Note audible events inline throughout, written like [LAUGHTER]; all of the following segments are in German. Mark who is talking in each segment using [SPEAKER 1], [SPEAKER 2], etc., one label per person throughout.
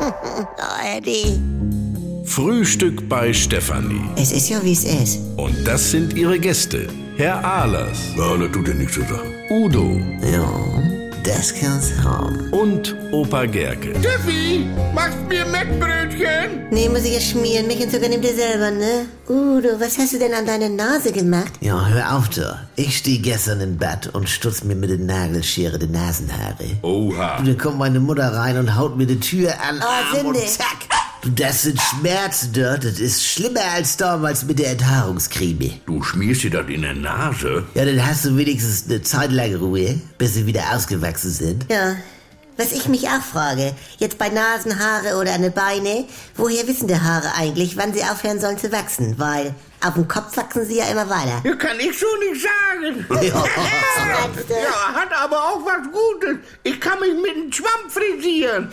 [SPEAKER 1] Oh, Eddie.
[SPEAKER 2] Frühstück bei Stefanie.
[SPEAKER 1] Es ist ja, wie es ist.
[SPEAKER 2] Und das sind ihre Gäste. Herr Ahlers. Ja, das tut ja nichts zu sagen. Udo
[SPEAKER 1] Ja, das kann's haben.
[SPEAKER 2] und Opa Gerke.
[SPEAKER 3] Steffi, machst mir Mettbrötchen?
[SPEAKER 1] Nee, muss ich jetzt schmieren. Milch und Zucker nimmt ihr selber, ne? Udo, was hast du denn an deine Nase gemacht?
[SPEAKER 4] Ja, hör auf da. Ich stehe gestern im Bett und stutz mir mit der Nagelschere die Nasenhaare.
[SPEAKER 2] Oha.
[SPEAKER 4] Und dann kommt meine Mutter rein und haut mir die Tür an.
[SPEAKER 1] Oh,
[SPEAKER 4] Arm und
[SPEAKER 1] Sünde.
[SPEAKER 4] zack. Du, das sind Schmerzen dort. Das ist schlimmer als damals mit der Enthaarungskrimi.
[SPEAKER 3] Du schmierst dir das in der Nase?
[SPEAKER 4] Ja, dann hast du wenigstens eine Zeit lang Ruhe, bis sie wieder ausgewachsen sind.
[SPEAKER 1] Ja, was ich mich auch frage, jetzt bei Nasenhaare oder an den Beine, woher wissen die Haare eigentlich, wann sie aufhören sollen zu wachsen? Weil auf dem Kopf wachsen sie ja immer weiter.
[SPEAKER 3] Das kann ich so nicht sagen.
[SPEAKER 4] Ja.
[SPEAKER 3] ja, hat aber auch was Gutes. Ich kann mich mit dem Schwamm frisieren.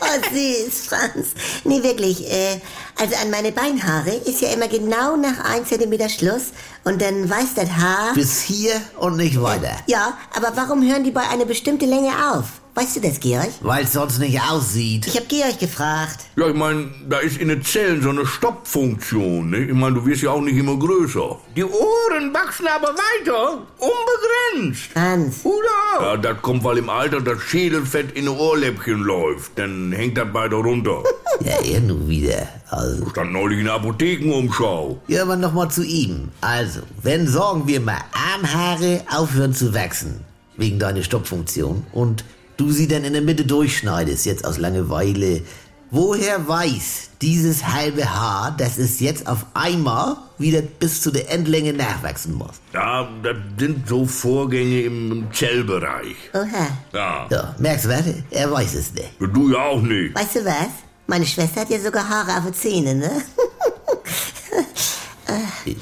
[SPEAKER 1] Oh, süß, Franz. Nee, wirklich. Äh, also an meine Beinhaare ist ja immer genau nach 1 Zentimeter Schluss und dann weiß das Haar.
[SPEAKER 4] Bis hier und nicht weiter.
[SPEAKER 1] Ja, aber warum hören die bei einer bestimmten Länge auf? Weißt du das, Georg?
[SPEAKER 4] Weil es sonst nicht aussieht.
[SPEAKER 1] Ich hab Georg gefragt.
[SPEAKER 3] Ja, ich meine, da ist in den Zellen so eine Stoppfunktion. Ne? Ich meine, du wirst ja auch nicht immer größer. Die Ohren wachsen aber weiter. Unbegrenzt.
[SPEAKER 1] Franz,
[SPEAKER 3] Oder? Ja, das kommt, weil im Alter das Schädelfett in die Ohrläppchen läuft. Dann hängt das beide runter.
[SPEAKER 4] Ja, er nun wieder. Also.
[SPEAKER 3] Stand neulich in der Apothekenumschau.
[SPEAKER 4] Ja, aber nochmal zu ihm. Also, wenn sorgen wir mal, Armhaare aufhören zu wachsen, wegen deiner Stoppfunktion, und du sie dann in der Mitte durchschneidest, jetzt aus Langeweile, woher weiß dieses halbe Haar, dass es jetzt auf einmal wieder bis zu der Endlänge nachwachsen muss?
[SPEAKER 3] Ja, das sind so Vorgänge im, im Zellbereich.
[SPEAKER 1] oha.
[SPEAKER 3] Ja.
[SPEAKER 4] Ja, merkst du was? Er weiß es nicht.
[SPEAKER 3] Du ja auch nicht.
[SPEAKER 1] Weißt du was? Meine Schwester hat ja sogar Haare auf den Zähnen, ne?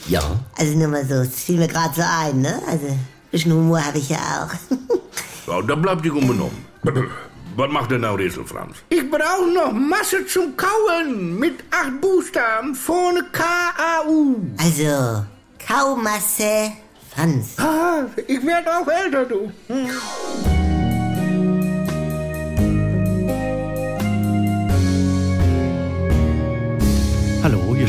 [SPEAKER 4] Ja.
[SPEAKER 1] Also nur mal so, es fiel mir gerade so ein, ne? Also, ein bisschen Humor habe ich ja auch. [LAUGHS]
[SPEAKER 3] Ja, da bleibt
[SPEAKER 2] [CLEARS THROAT]
[SPEAKER 3] die unbenommen. Was macht denn der Rätsel, Franz? Ich brauche noch Masse zum Kauen mit acht Buchstaben vorne K-A-U.
[SPEAKER 1] Also, Kaumasse Franz.
[SPEAKER 3] Ich werde auch älter, du.
[SPEAKER 5] Hallo, hier